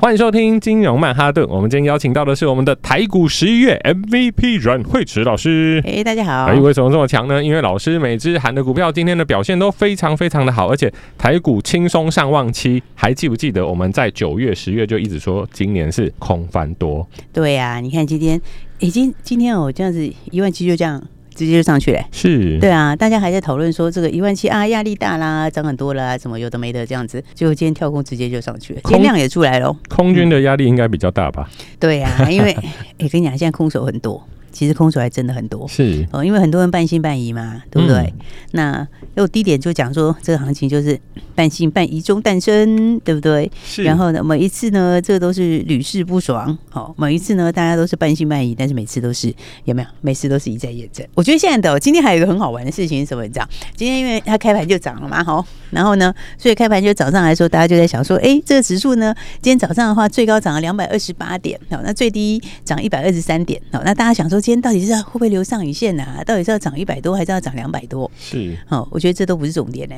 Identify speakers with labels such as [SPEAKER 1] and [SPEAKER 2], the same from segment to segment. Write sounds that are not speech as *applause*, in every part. [SPEAKER 1] 欢迎收听《金融曼哈顿》，我们今天邀请到的是我们的台股十一月 MVP 阮慧池老师。
[SPEAKER 2] 哎、大家好。
[SPEAKER 1] 哎，为什么这么强呢？因为老师每只韩的股票今天的表现都非常非常的好，而且台股轻松上望期。还记不记得我们在九月、十月就一直说今年是空翻多？
[SPEAKER 2] 对呀、你看今天，已经今天哦我这样子一万七就这样直接就上去了、
[SPEAKER 1] 是，
[SPEAKER 2] 对啊，大家还在讨论说这个一万七啊，压力大啦，涨很多啦，什么有的没的这样子，结果今天跳空直接就上去了，今
[SPEAKER 1] 空
[SPEAKER 2] 天量也出来喽。
[SPEAKER 1] 空军的压力应该比较大吧？*laughs*
[SPEAKER 2] 对啊，因为哎、跟你讲，现在空手很多，其实空手还真的很多
[SPEAKER 1] 是，
[SPEAKER 2] 哦，因为很多人半信半疑嘛，对不对？
[SPEAKER 1] 嗯
[SPEAKER 2] 那又低点就讲说这个行情就是半信半疑中诞生，对不对？
[SPEAKER 1] 是
[SPEAKER 2] 然后呢，每一次呢，这都是屡试不爽。好、每一次呢，大家都是半信半疑，但是每次都是有没有？每次都是一再验证。我觉得现在的哦今天还有一个很好玩的事情是什么？你知道，今天因为它开盘就涨了嘛，好，然后呢，所以开盘就早上来说，大家就在想说，哎，这个指数呢，今天早上的话，最高涨了两百二十八点，好，那最低涨一百二十三点，好，那大家想说，今天到底是要会不会留上影线啊？到底是要涨一百多，还是要涨两百多？
[SPEAKER 1] 是，
[SPEAKER 2] 好，我觉得这都不是重点呢、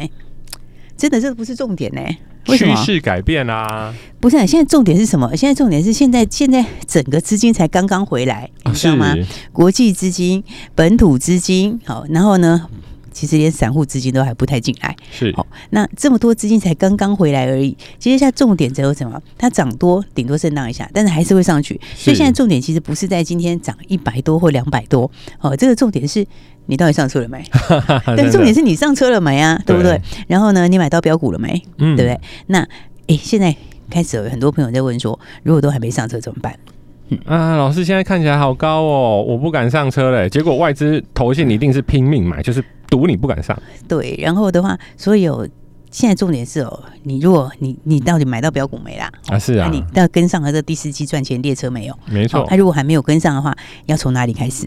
[SPEAKER 2] 真的，这不是重点呢、为什
[SPEAKER 1] 趋
[SPEAKER 2] 么？
[SPEAKER 1] 势改变啊，
[SPEAKER 2] 不是、啊，现在重点是什么？现在重点是现在现在整个资金才刚刚回来，你知道吗？
[SPEAKER 1] 啊是
[SPEAKER 2] 国际资金、本土资金，好，然后呢，其实连散户资金都还不太进来。
[SPEAKER 1] 是
[SPEAKER 2] 好，那这么多资金才刚刚回来而已。其实现在重点只有什么？它涨多，顶多震荡一下，但是还是会上去。所
[SPEAKER 1] 是
[SPEAKER 2] 以现在重点其实不是在今天涨一百多或两百多，哦，这个重点是你到底上车了没？但重点
[SPEAKER 1] *laughs* 是，
[SPEAKER 2] 是你上车了没啊？对不对？
[SPEAKER 1] 啊对
[SPEAKER 2] 然后呢，你买到标股了没？
[SPEAKER 1] 嗯
[SPEAKER 2] 对不对？那诶，现在开始有很多朋友在问说，如果都还没上车怎么办？
[SPEAKER 1] 啊，老师现在看起来好高哦，我不敢上车嘞。结果外资投信一定是拼命买，就是赌你不敢上。
[SPEAKER 2] 对，然后的话，所以有现在重点是哦，你如果你你到底买到标股没啦？
[SPEAKER 1] 啊是啊
[SPEAKER 2] 哦那你哦哎到底跟上了这第四季赚钱列车没有？
[SPEAKER 1] 没
[SPEAKER 2] 好，
[SPEAKER 1] 错
[SPEAKER 2] 那、，如果还没有跟上的话，要从哪里开始？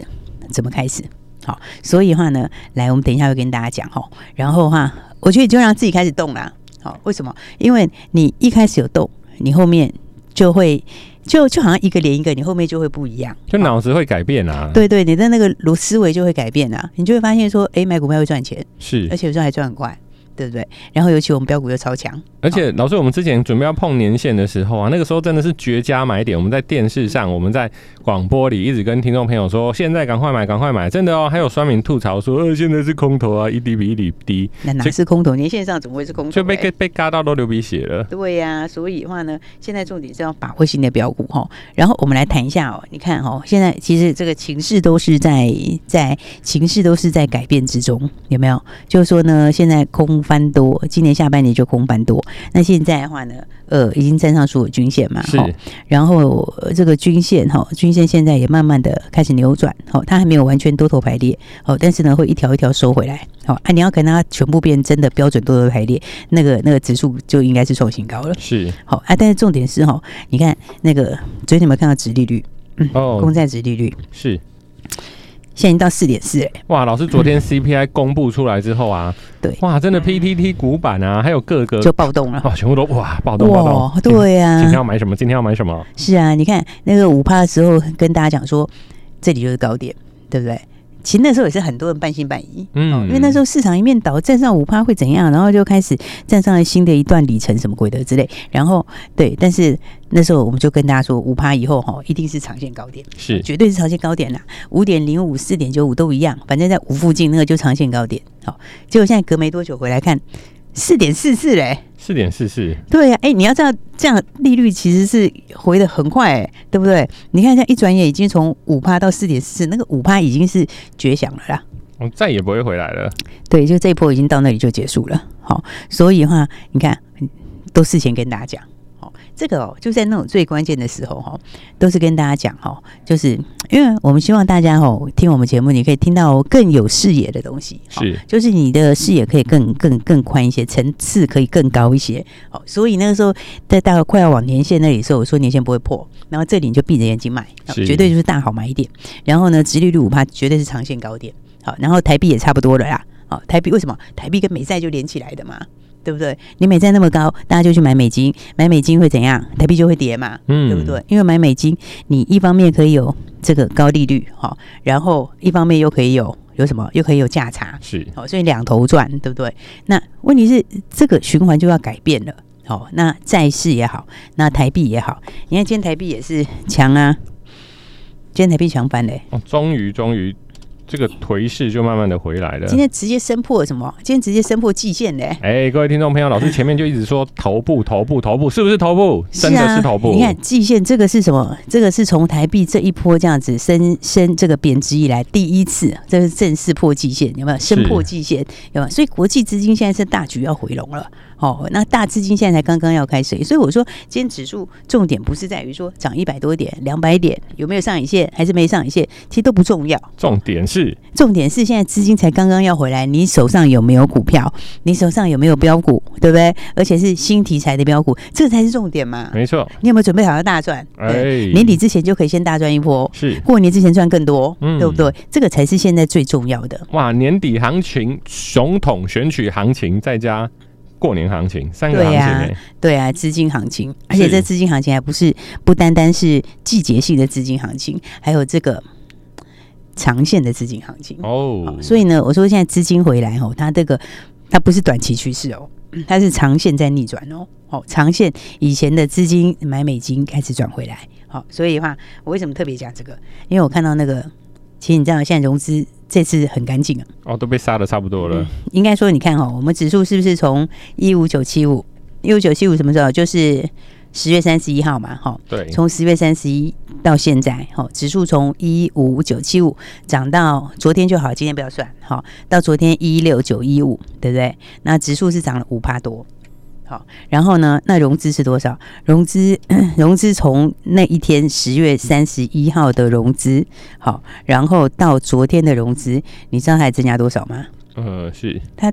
[SPEAKER 2] 怎么开始？好，所以的话呢，来，我们等一下会跟大家讲哈。然后的话，我觉得就让自己开始动啦。好，为什么？因为你一开始有动，你后面就会就就好像一个连一个，你后面就会不一样。
[SPEAKER 1] 就脑子会改变啊。，
[SPEAKER 2] 对对，你的那个逻思维就会改变啦，你就会发现说，诶，买股票会赚钱，而
[SPEAKER 1] 是。
[SPEAKER 2] 且有时候还赚很快，对不对？然后尤其我们标股又超强，
[SPEAKER 1] 而且老师，我们之前准备要碰年限的时候啊，那个时候真的是绝佳买点。我们在电视上，我们在广播里一直跟听众朋友说，现在赶快买，赶快买，真的哦。还有酸民吐槽说，呃，现在是空头啊，一滴比一滴低，
[SPEAKER 2] 那哪
[SPEAKER 1] 这
[SPEAKER 2] 是空头？连线上怎么会是空头嘞？
[SPEAKER 1] 就被被被嘎到都流鼻血了。
[SPEAKER 2] 对呀、所以的话呢，现在重点是要把握新的标股哈。然后我们来谈一下哦，你看哦，现在其实这个情势都是在在情势都是在改变之中，有没有？就是说呢，现在空翻多，今年下半年就空翻多。那现在的话呢，呃，已经站上所有均线嘛，
[SPEAKER 1] 是
[SPEAKER 2] 齁然后、呃这个均线哈，齁均线现在也慢慢的开始扭转，好，它还没有完全多头排列，哦，但是呢会一条一条收回来，好，啊，你要跟它全部变真的标准多头排列，那个那个指数就应该是创新高了。
[SPEAKER 1] 是
[SPEAKER 2] 好啊，但是重点是哈，你看那个昨天有没有看到殖利率？
[SPEAKER 1] 哦
[SPEAKER 2] 公，债殖利率
[SPEAKER 1] 是
[SPEAKER 2] 现在已经到四点四了，
[SPEAKER 1] 哇，老师昨
[SPEAKER 2] *clears throat*
[SPEAKER 1] 天 CPI 公布出来之后啊，
[SPEAKER 2] 对
[SPEAKER 1] 哇，真的 PTT 股板啊，还有各个
[SPEAKER 2] 就暴动了。
[SPEAKER 1] 哇，全部都哇暴动暴动，
[SPEAKER 2] 对
[SPEAKER 1] 今
[SPEAKER 2] 呀、
[SPEAKER 1] 天
[SPEAKER 2] 啊，
[SPEAKER 1] 要买什么？今天要买什么？
[SPEAKER 2] 是啊，你看那个五趴的时候跟大家讲说，这里就是高点，对不对？其实那时候也是很多人半信半疑，
[SPEAKER 1] 嗯
[SPEAKER 2] 哦因为那时候市场一面倒，站上五趴会怎样？然后就开始站上了新的一段里程，什么鬼的之类。然后对，但是那时候我们就跟大家说，五趴以后哈，一定是长线高点。
[SPEAKER 1] 是
[SPEAKER 2] 绝对是长线高点啦，五点零五、四点九五都一样，反正在五附近那个就长线高点。好、结果现在隔没多久回来看，四点四四嘞，
[SPEAKER 1] 四点四四，
[SPEAKER 2] 对呀、哎、你要这样这样，利率其实是回的很快、哎，对不对？你看，现在一转眼已经从五趴到四点四，那个五趴已经是绝响了啦。
[SPEAKER 1] 我再也不会回来了。
[SPEAKER 2] 对，就这一波已经到那里就结束了。好、所以的话，你看，嗯都事先跟大家讲，好、这个哦，就在那种最关键的时候哈、哦，都是跟大家讲哈、哦，就是因为我们希望大家哦听我们节目，你可以听到更有视野的东西，哦
[SPEAKER 1] 是
[SPEAKER 2] 就是你的视野可以更更更宽一些，层次可以更高一些。哦，所以那个时候在大概快要往年线那里的时候，我说年线不会破，然后这里你就闭着眼睛买，哦
[SPEAKER 1] 是
[SPEAKER 2] 绝对就是大好买一点。然后呢，殖利率五趴绝对是长线高点。好，然后台币也差不多了啦。好，啊台币为什么？台币跟美债就连起来的嘛，对不对？你美债那么高，大家就去买美金，买美金会怎样？台币就会跌嘛，
[SPEAKER 1] 嗯
[SPEAKER 2] 对不对？因为买美金，你一方面可以有这个高利率，好，然后一方面又可以有有什么？又可以有价差，
[SPEAKER 1] 是
[SPEAKER 2] 哦，所以两头赚，对不对？那问题是这个循环就要改变了。哦，那债市也好，那台币也好，你看今天台币也是强啊，今天台币强翻嘞、
[SPEAKER 1] 哦，终于终于这个颓势就慢慢的回来了。
[SPEAKER 2] 今天直接升破什么？今天直接升破季线嘞、
[SPEAKER 1] 哎、各位听众朋友，老师前面就一直说头部头部头部，是不是头部？真的是头部。
[SPEAKER 2] 啊你看季线这个是什么？这个是从台币这一波这样子升升这个贬值以来第一次，这是正式破季线，有没有？升破季线有没有？所以国际资金现在是大局要回笼了。哦，那大资金现在才刚刚要开始，所以我说今天指数重点不是在于说涨一百多点、两百点有没有上影线，还是没上影线，其实都不重要。
[SPEAKER 1] 重点是
[SPEAKER 2] 重点是现在资金才刚刚要回来，你手上有没有股票？你手上有没有标股？对不对？而且是新题材的标股，这才是重点嘛。
[SPEAKER 1] 没错，
[SPEAKER 2] 你有没有准备好要大赚？
[SPEAKER 1] 哎
[SPEAKER 2] 对年底之前就可以先大赚一波，哦
[SPEAKER 1] 是
[SPEAKER 2] 过年之前赚更多，哦
[SPEAKER 1] 嗯
[SPEAKER 2] 对不对？这个才是现在最重要的。
[SPEAKER 1] 哇，年底行情、总统选举行情，再加过年行情，三个行
[SPEAKER 2] 对
[SPEAKER 1] 情、
[SPEAKER 2] 呀
[SPEAKER 1] 哎，
[SPEAKER 2] 对啊，资金行情，而且这资金行情还不是不单单是季节性的资金行情，还有这个长线的资金行情。
[SPEAKER 1] 哦
[SPEAKER 2] 好，所以呢，我说现在资金回来哦，它这个它不是短期趋势哦，它是长线在逆转哦。哦，长线以前的资金买美金开始转回来，好、所以的话，我为什么特别讲这个？因为我看到那个，其实你知道，现在融资这次很干净啊。嗯
[SPEAKER 1] 哦都被杀的差不多了，
[SPEAKER 2] 应该说，你看哦，我们指数是不是从一五九七五，一五九七五什么时候？就是十月三十一号嘛，哈、
[SPEAKER 1] 对，
[SPEAKER 2] 从十月三十一到现在，哈，指数从一五九七五涨到昨天就好，今天不要算，好，到昨天一六九一五，对不对？那指数是涨了五趴多，好，然后呢，那融资是多少？融资 *clears throat* 融资从那一天十月三十一号的融资，好，然后到昨天的融资，你知道它还增加多少吗？
[SPEAKER 1] 呃，是
[SPEAKER 2] 它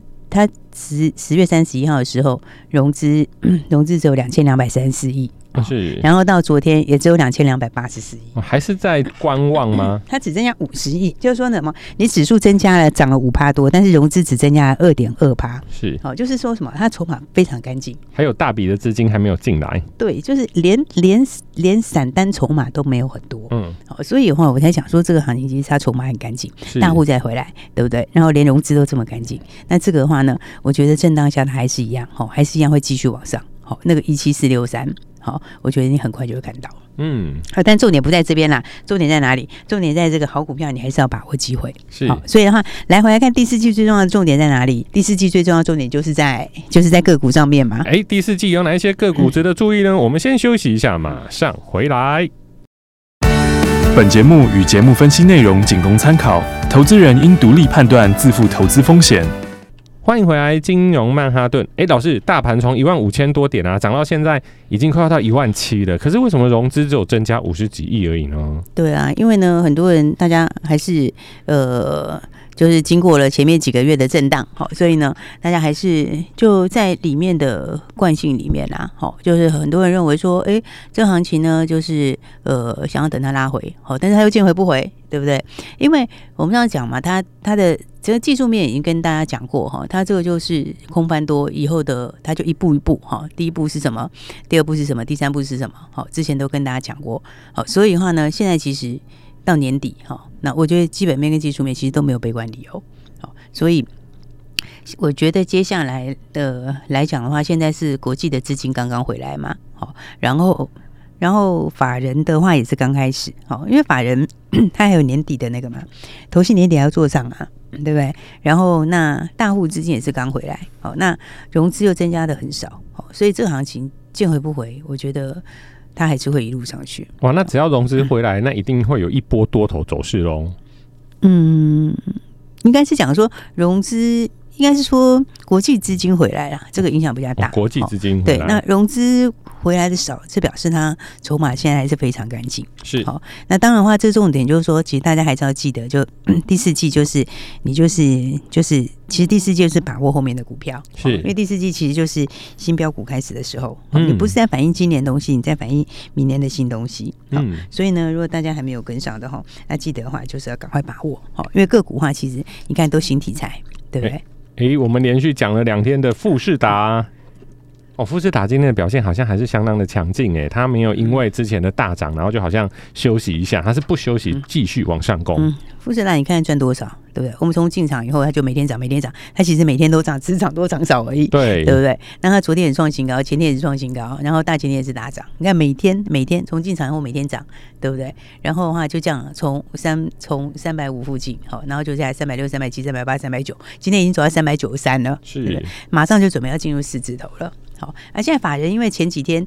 [SPEAKER 2] 十十月三十一号的时候，融资 *clears throat* 融资只有两千两百三十亿，
[SPEAKER 1] 是、
[SPEAKER 2] 哦然后到昨天也只有两千两百八十四亿。
[SPEAKER 1] 哦还是在观望
[SPEAKER 2] *coughs*
[SPEAKER 1] 吗？
[SPEAKER 2] 它只增加五十亿，就是说呢什么？你指数增加了，涨了五趴多，但是融资只增加了二点二趴。
[SPEAKER 1] 是，
[SPEAKER 2] 哦，就是说什么？它筹码非常干净，
[SPEAKER 1] 还有大笔的资金还没有进来，
[SPEAKER 2] 对，就是连连连散单筹码都没有很多。
[SPEAKER 1] 嗯，
[SPEAKER 2] 哦，所以的话，我才想说这个行情其实它筹码很干净，
[SPEAKER 1] 是
[SPEAKER 2] 大户再回来，对不对？然后连融资都这么干净，那这个的话呢，我觉得震荡下它还是一样，哦，还是一样会继续往上。好、那个一七四六三，好，我觉得你很快就会看到。
[SPEAKER 1] 嗯
[SPEAKER 2] 好，但重点不在这边啦，重点在哪里？重点在这个好股票，你还是要把握机会。
[SPEAKER 1] 是
[SPEAKER 2] 好，所以的话，来回来看第四季最重要的重点在哪里？第四季最重要的重点就是在就是在个股上面嘛。
[SPEAKER 1] 哎，第四季有哪一些个股值得注意呢？我们先休息一下，马上回来。
[SPEAKER 3] 本节目与节目分析内容仅供参考，投资人应独立判断，自负投资风险。
[SPEAKER 1] 欢迎回来，金融曼哈顿。哎，老师，大盘从一万五千多点啊，涨到现在已经快要到一万七了，可是为什么融资只有增加五十几亿而已呢？
[SPEAKER 2] 对啊，因为呢，很多人大家还是呃，就是经过了前面几个月的震荡，好，所以呢，大家还是就在里面的惯性里面啦，好，就是很多人认为说，哎，这行情呢，就是呃，想要等它拉回，好，但是它又见回不回，对不对？因为我们这样讲嘛，它它的这个技术面已经跟大家讲过哈，它这个就是空翻多以后的，它就一步一步哈，第一步是什么？第二步是什么？第三步是什么？好，之前都跟大家讲过，好，所以的话呢，现在其实到年底哈、那我觉得基本面跟技术面其实都没有悲观理由。好，所以我觉得接下来的呃来讲的话，现在是国际的资金刚刚回来嘛，好，然后然后法人的话也是刚开始，好，因为法人 *coughs* 他还有年底的那个嘛，投信年底还要做账啊。对不对？然后那大户资金也是刚回来，好，那融资又增加的很少，好，所以这个行情见回不回，我觉得它还是会一路上去。
[SPEAKER 1] 哇，那只要融资回来，那一定会有一波多头走势喽。
[SPEAKER 2] 嗯，应该是讲说融资应该是说国际资金回来了，这个影响比较大。
[SPEAKER 1] 哦国际
[SPEAKER 2] 哦
[SPEAKER 1] 资金回
[SPEAKER 2] 对，
[SPEAKER 1] 来
[SPEAKER 2] 那融资回来的少，这表示它筹码现在还是非常干净。
[SPEAKER 1] 是
[SPEAKER 2] 好那当然的话，这重点就是说，其实大家还是要记得，就、 *clears throat* 嗯第四季就是你就是就是，其实第四季就是把握后面的股票，
[SPEAKER 1] 是
[SPEAKER 2] 哦因为第四季其实就是新标股开始的时候，哦
[SPEAKER 1] 嗯
[SPEAKER 2] 你不是在反映今年的东西，你在反映明年的新东西。好
[SPEAKER 1] 嗯
[SPEAKER 2] 所以呢，如果大家还没有跟上的话，那记得的话就是要赶快把握哦，因为个股的话其实你看都新题材，对不对？
[SPEAKER 1] 诶、我们连续讲了两天的富士达。哦，富士达今天的表现好像还是相当的强劲诶，它没有因为之前的大
[SPEAKER 2] 嗯
[SPEAKER 1] 涨，然后就好像休息一下，它是不休息继续往上攻。
[SPEAKER 2] 嗯富士达你看赚多少，对不对？我们从进场以后，它就每天涨，每天涨，它其实每天都涨，只是涨多涨少而已。
[SPEAKER 1] 对
[SPEAKER 2] 对不对？那它昨天也创新高，前天也是创新高，然后大前天也是大涨。你看每天每天从进场后每天涨，对不对？然后的话就这样从三从三百五附近，好，然后就下来三百六、三百七、三百八、三百九，今天已经走到三百九十三了，对不
[SPEAKER 1] 是
[SPEAKER 2] 对，马上就准备要进入四字头了。好，而、现在法人因为前几天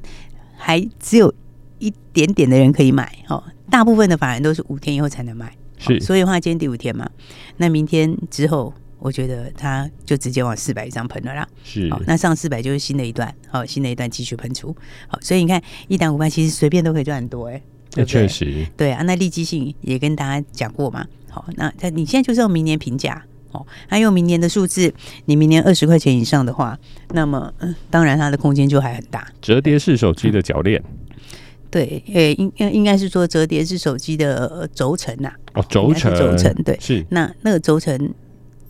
[SPEAKER 2] 还只有一点点的人可以买，哦，大部分的法人都是五天以后才能买，
[SPEAKER 1] 是
[SPEAKER 2] 哦所以的话今天第五天嘛，那明天之后。我觉得它就直接往四百以上喷了啦。
[SPEAKER 1] 是
[SPEAKER 2] 好、那上四百就是新的一段，好、新的一段继续喷出，好、所以你看一档五百其实随便都可以赚很多、欸，哎，
[SPEAKER 1] 那
[SPEAKER 2] 对不对
[SPEAKER 1] 确实
[SPEAKER 2] 对啊，那利基性也跟大家讲过嘛。好，那它你现在就是用明年评价。哦，那用明年的数字，你明年二十块钱以上的话，那么、嗯、当然它的空间就还很大。
[SPEAKER 1] 折叠式手机的铰链
[SPEAKER 2] 嗯对，呃、应应应该是说折叠式手机的呃轴承呐、
[SPEAKER 1] 哦，轴
[SPEAKER 2] 应该
[SPEAKER 1] 承
[SPEAKER 2] 是轴承对
[SPEAKER 1] 是
[SPEAKER 2] 那那个轴承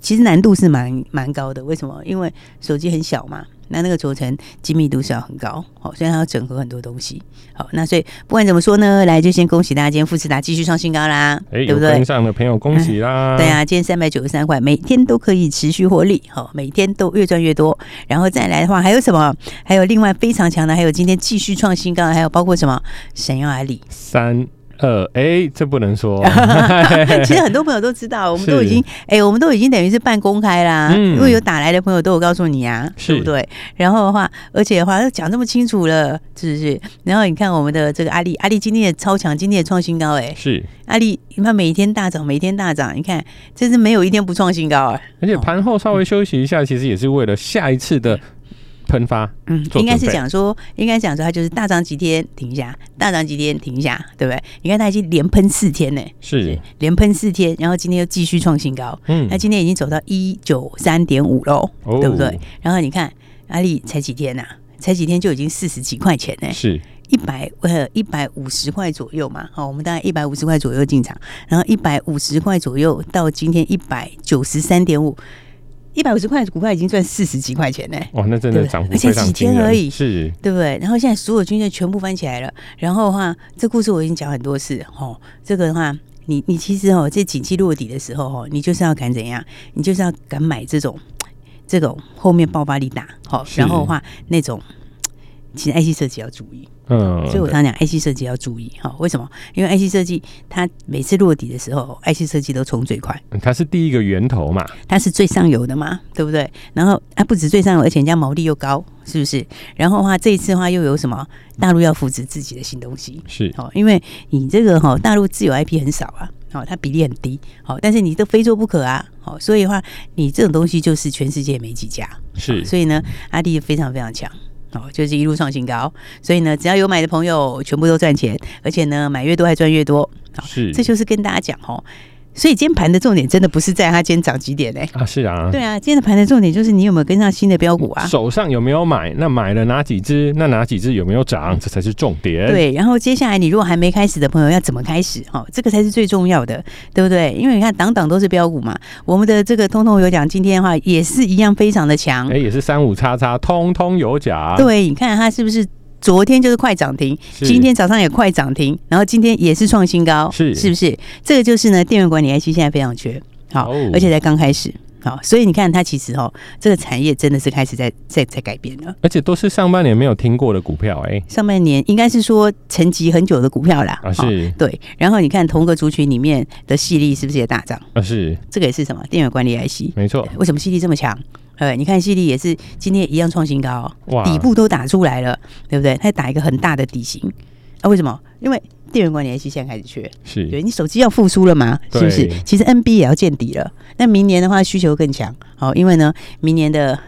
[SPEAKER 2] 其实难度是蛮蛮高的，为什么？因为手机很小嘛，那那个轴承精密度是要很高，好、所以它要整合很多东西。好，那所以不管怎么说呢，来就先恭喜大家，今天富士达继续创新高啦，
[SPEAKER 1] 诶，
[SPEAKER 2] 对
[SPEAKER 1] 哎有
[SPEAKER 2] 不对
[SPEAKER 1] 跟？上的朋友恭喜啦！
[SPEAKER 2] *laughs* 对，啊，今天三百九十三块，每天都可以持续获利，好、每天都越赚越多。然后再来的话，还有什么？还有另外非常强的，还有今天继续创新高的，还有包括什么？神药阿
[SPEAKER 1] *laughs*
[SPEAKER 2] 里，
[SPEAKER 1] 三二诶，这不能
[SPEAKER 2] *laughs*
[SPEAKER 1] 说， *laughs*
[SPEAKER 2] 其实很多朋友都知道，我们都
[SPEAKER 1] 是
[SPEAKER 2] 已经哎、我们都已经等于是半公开啦。
[SPEAKER 1] 嗯
[SPEAKER 2] 如果有打来的朋友都有告诉你啊，
[SPEAKER 1] 是
[SPEAKER 2] 对不对？然后的话，而且的话都讲这么清楚了，是不是？然后你看我们的这个阿丽，阿丽今天也超强，今天也创新高哎、
[SPEAKER 1] 是，
[SPEAKER 2] 阿丽你看每天大涨，每天大涨，你看这是没有一天不创新高啊。
[SPEAKER 1] 而且盘后稍微休息一下，其实也是为了下一次的喷发。
[SPEAKER 2] 嗯，
[SPEAKER 1] 做
[SPEAKER 2] 应该
[SPEAKER 1] 准
[SPEAKER 2] 是
[SPEAKER 1] 备
[SPEAKER 2] 讲说，应该讲说，它就是大涨几天停一下，大涨几天停一下，对不对？你看它已经连喷四天呢、
[SPEAKER 1] 是，
[SPEAKER 2] 连喷四天，然后今天又继续创新高，
[SPEAKER 1] 嗯
[SPEAKER 2] 那今天已经走到一九三点五喽，
[SPEAKER 1] 哦
[SPEAKER 2] 对不对？然后你看阿里才几天呐、才几天就已经四十几块钱呢、
[SPEAKER 1] 是
[SPEAKER 2] 一百呃一百五十块左右嘛，哦好、我们大概一百五十块左右进场，然后一百五十块左右到今天一百九十三点五，一百五十块股票已经赚四十几块钱呢、
[SPEAKER 1] 哇，那真的
[SPEAKER 2] 对
[SPEAKER 1] 涨幅
[SPEAKER 2] 而且
[SPEAKER 1] 非常
[SPEAKER 2] 几天
[SPEAKER 1] 惊人
[SPEAKER 2] 而已
[SPEAKER 1] 是
[SPEAKER 2] 对不对？然后现在所有均线全部翻起来了。然后的话，这故事我已经讲很多次哦。这个的话，你你其实哦，在景气落底的时候哦，你就是要敢怎样？你就是要敢买这种这种后面爆发力大好、哦，
[SPEAKER 1] 是
[SPEAKER 2] 然后的话那种。其实 IC 设计要注意，
[SPEAKER 1] 嗯，
[SPEAKER 2] 所以我常讲 IC 设计要注意哈、哦。为什么？因为 IC 设计它每次落底的时候，IC 设计都冲最快，
[SPEAKER 1] 它是第一个源头嘛，
[SPEAKER 2] 它是最上游的嘛，对不对？然后它不止最上游，而且人家毛利又高，是不是？然后的话，这一次的话又有什么？大陆要扶持自己的新东西，
[SPEAKER 1] 是
[SPEAKER 2] 好、因为你这个哈、大陆自有 IP 很少啊，好、它比例很低，好、但是你都非做不可啊，好、所以的话，你这种东西就是全世界没几家，哦
[SPEAKER 1] 是
[SPEAKER 2] 所以呢，阿弟非常非常强。哦，就是一路创新高，所以呢，只要有买的朋友，全部都赚钱，而且呢，买越多还赚越多。好、
[SPEAKER 1] 是
[SPEAKER 2] 这就是跟大家讲哦，所以今天盘的重点真的不是在它今天涨几点嘞、
[SPEAKER 1] 啊，是啊，
[SPEAKER 2] 对啊，今天的盘的重点就是你有没有跟上新的标股啊？
[SPEAKER 1] 手上有没有买？那买了哪几只？那哪几只有没有涨？这才是重点。，
[SPEAKER 2] 对，然后接下来你如果还没开始的朋友要怎么开始？哦，这个才是最重要的，对不对？因为你看，档档都是标股嘛。我们的这个通通有讲，今天的话也是一样非常的强。
[SPEAKER 1] 哎，也是三五叉叉，通通有奖。
[SPEAKER 2] 嗯对，你看它是不是昨天就是快涨停，
[SPEAKER 1] 是，
[SPEAKER 2] 今天早上也快涨停，然后今天也是创新高，
[SPEAKER 1] 是
[SPEAKER 2] 是不是？这个就是呢，电源管理 IC 现在非常缺，好，
[SPEAKER 1] 哦
[SPEAKER 2] 而且才刚开始。好，所以你看，它其实哦，这个产业真的是开始在在在改变了。
[SPEAKER 1] 而且都是上半年没有听过的股票，哎，
[SPEAKER 2] 上半年应该是说沉寂很久的股票啦，
[SPEAKER 1] 啊
[SPEAKER 2] 好
[SPEAKER 1] 是
[SPEAKER 2] 对。然后你看同个族群里面的细粒是不是也大涨？
[SPEAKER 1] 啊是，
[SPEAKER 2] 这个也是什么电源管理 IC？
[SPEAKER 1] 没错，
[SPEAKER 2] 为什么细粒这么强？呃，你看细粒也是今天一样创新高哦、
[SPEAKER 1] 哇
[SPEAKER 2] 底部都打出来了，对不对？它打一个很大的底型。啊？为什么？因为电源管理 IC 现在开始缺，对
[SPEAKER 1] 是
[SPEAKER 2] 你手机要复苏了嘛？是不是
[SPEAKER 1] 嗯对？
[SPEAKER 2] 其实 NB 也要见底了。那明年的话，需求更强，好、因为呢，明年的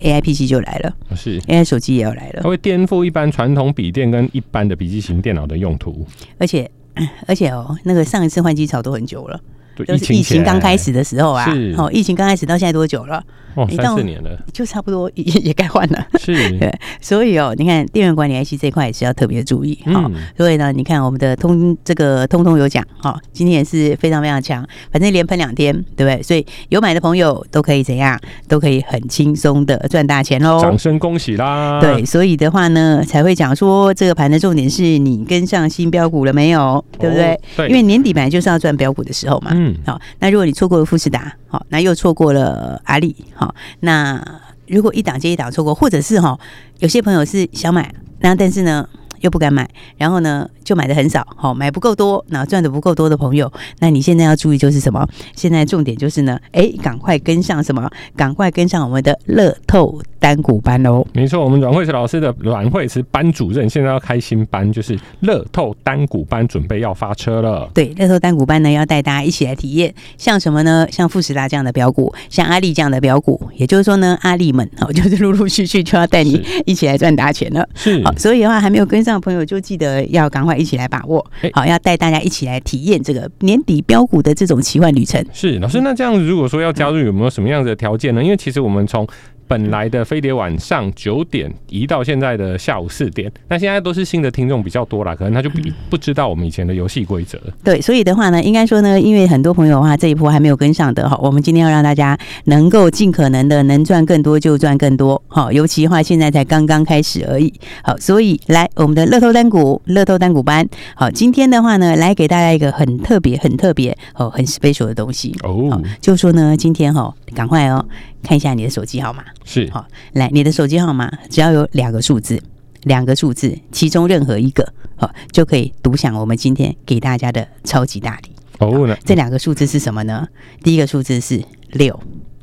[SPEAKER 2] AI PC 就来了
[SPEAKER 1] 啊是，
[SPEAKER 2] ，AI 手机也要来了
[SPEAKER 1] 它，会颠覆一般传统笔电跟一般的笔记型电脑的用途。
[SPEAKER 2] 而且 *clears throat* 而且哦，那个上一次换机潮都很久了，
[SPEAKER 1] 对
[SPEAKER 2] 都是疫
[SPEAKER 1] 前
[SPEAKER 2] 情刚开始的时候啊
[SPEAKER 1] 是，
[SPEAKER 2] 哦，疫情刚开始到现在多久了？
[SPEAKER 1] 哦，
[SPEAKER 2] 一
[SPEAKER 1] 三
[SPEAKER 2] 到
[SPEAKER 1] 四年
[SPEAKER 2] *laughs*
[SPEAKER 1] 了，
[SPEAKER 2] 就差不多也也该换了。 *laughs*
[SPEAKER 1] 是
[SPEAKER 2] 对所以哦，你看电源管理 IC 这一块也是要特别注意哈、
[SPEAKER 1] 嗯
[SPEAKER 2] 所以呢，你看我们的通这个通通有奖哈、今天也是非常非常强，反正连喷两天，对不对？所以有买的朋友都可以怎样，都可以很轻松的赚大钱喽。
[SPEAKER 1] 掌声恭喜啦！
[SPEAKER 2] 哦
[SPEAKER 1] 哦
[SPEAKER 2] 对，，所以的话呢，才会讲说这个盘的重点是你跟上新标股了没有，对不对？
[SPEAKER 1] 哦？对，
[SPEAKER 2] 因为年底本来就是要赚标股的时候嘛。
[SPEAKER 1] 嗯，
[SPEAKER 2] 好，那如果你错过了富士达，好，那又错过了阿里，好，那如果一档接一档错过，或者是哈，有些朋友是想买，那但是呢又不敢买，然后呢就买的很少，好，买不够多，然后赚的不够多的朋友，那你现在要注意就是什么？现在重点就是呢，哎，赶快跟上什么？赶快跟上我们的乐透单股班喽！
[SPEAKER 1] 没错，我们阮慧慈老师的阮慧慈班主任现在要开新班，就是乐透单股班，准备要发车了。
[SPEAKER 2] 对，乐透单股班呢，要带大家一起来体验，像什么呢？像富士达这样的标股，像阿里这样的标股，也就是说呢，阿里们哦， *laughs* 就是陆陆续续就要带你一起来赚大钱了。
[SPEAKER 1] 是
[SPEAKER 2] 好，所以的话，还没有跟上的朋友，就记得要赶快一起来把握
[SPEAKER 1] 哎。
[SPEAKER 2] 好，要带大家一起来体验这个年底标股的这种奇幻旅程。
[SPEAKER 1] 是，老师，那这样子如果说要加入，有没有什么样子的条件呢？因为其实我们从本来的飞碟晚上九点移到现在的下午四点，那现在都是新的听众比较多啦，可能他就不不知道我们以前的游戏规则。
[SPEAKER 2] 对，所以的话呢，应该说呢，因为很多朋友的话，这一波还没有跟上的哈，我们今天要让大家能够尽可能的能赚更多就赚更多，好，尤其的话现在才刚刚开始而已，好，所以来我们的乐透单股，乐透单股班，好，今天的话呢，来给大家一个很特别、很特别哦、很 special 的东西，
[SPEAKER 1] 哦
[SPEAKER 2] 好，，就说呢，今天哈、赶快哦，看一下你的手机号码，
[SPEAKER 1] 是
[SPEAKER 2] 好，来，你的手机号码只要有两个数字，两个数字，其中任何一个，好、就可以独享我们今天给大家的超级大礼。
[SPEAKER 1] 哦，那
[SPEAKER 2] 这两个数字是什么呢？第一个数字是六，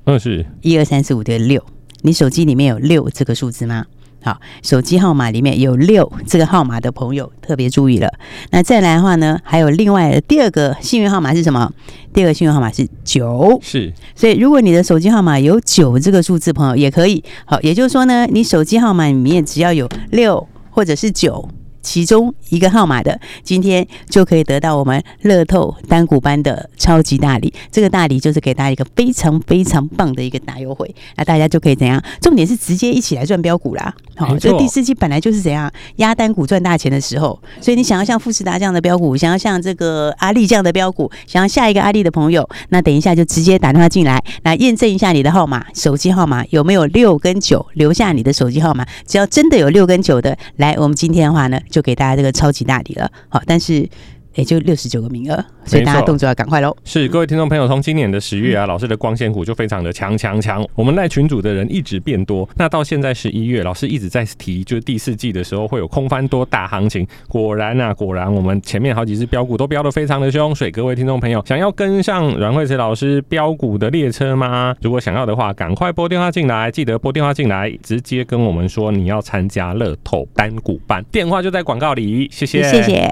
[SPEAKER 1] 嗯是
[SPEAKER 2] 一二三四五的六。你手机里面有六这个数字吗？好，手机号码里面有六这个号码的朋友特别注意了。那再来的话呢，还有另外的第二个幸运号码是什么？第二个幸运号码是九。
[SPEAKER 1] 是
[SPEAKER 2] 所以，如果你的手机号码有九这个数字，朋友也可以。好，也就是说呢，你手机号码里面只要有六或者是九。其中一个号码的，今天就可以得到我们乐透单股班的超级大礼。这个大礼就是给大家一个非常非常棒的一个大优惠，那大家就可以怎样？重点是直接一起来赚标股啦。好、
[SPEAKER 1] 没错
[SPEAKER 2] 这第四季本来就是怎样压单股赚大钱的时候，所以你想要像富士达这样的标股，想要像这个阿力这样的标股，想要下一个阿力的朋友，那等一下就直接打电话进来，来验证一下你的号码，手机号码有没有六跟九，留下你的手机号码。只要真的有六跟九的，来，我们今天的话呢，就给大家这个超级大礼了。好，但是也就六十九个名额，所以大
[SPEAKER 1] 没
[SPEAKER 2] 家
[SPEAKER 1] 错
[SPEAKER 2] 动作要赶快喽。
[SPEAKER 1] 是，各位听众朋友，从今年的十
[SPEAKER 2] 嗯
[SPEAKER 1] 月啊，老师的光线股就非常的强强强。我们赖群组的人一直变多，那到现在十一月，老师一直在提，就是第四季的时候会有空翻多大行情。果然啊，果然我们前面好几只标股都标得非常的凶，所以各位听众朋友，想要跟上阮慧慈老师标股的列车吗？如果想要的话，赶快拨电话进来，记得拨电话进来，直接跟我们说你要参加乐透单股班，电话就在广告里。谢谢，
[SPEAKER 2] 谢谢。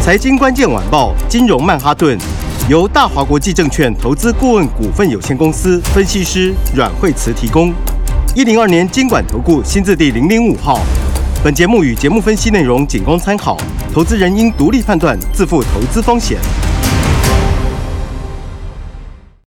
[SPEAKER 4] 财经关键晚报，金融曼哈顿，由大华国际证券投资顾问股份有限公司分析师阮惠慈提供。一零二年经管投顾新字第零零五号。本节目与节目分析内容仅供参考，投资人应独立判断，自负投资风险。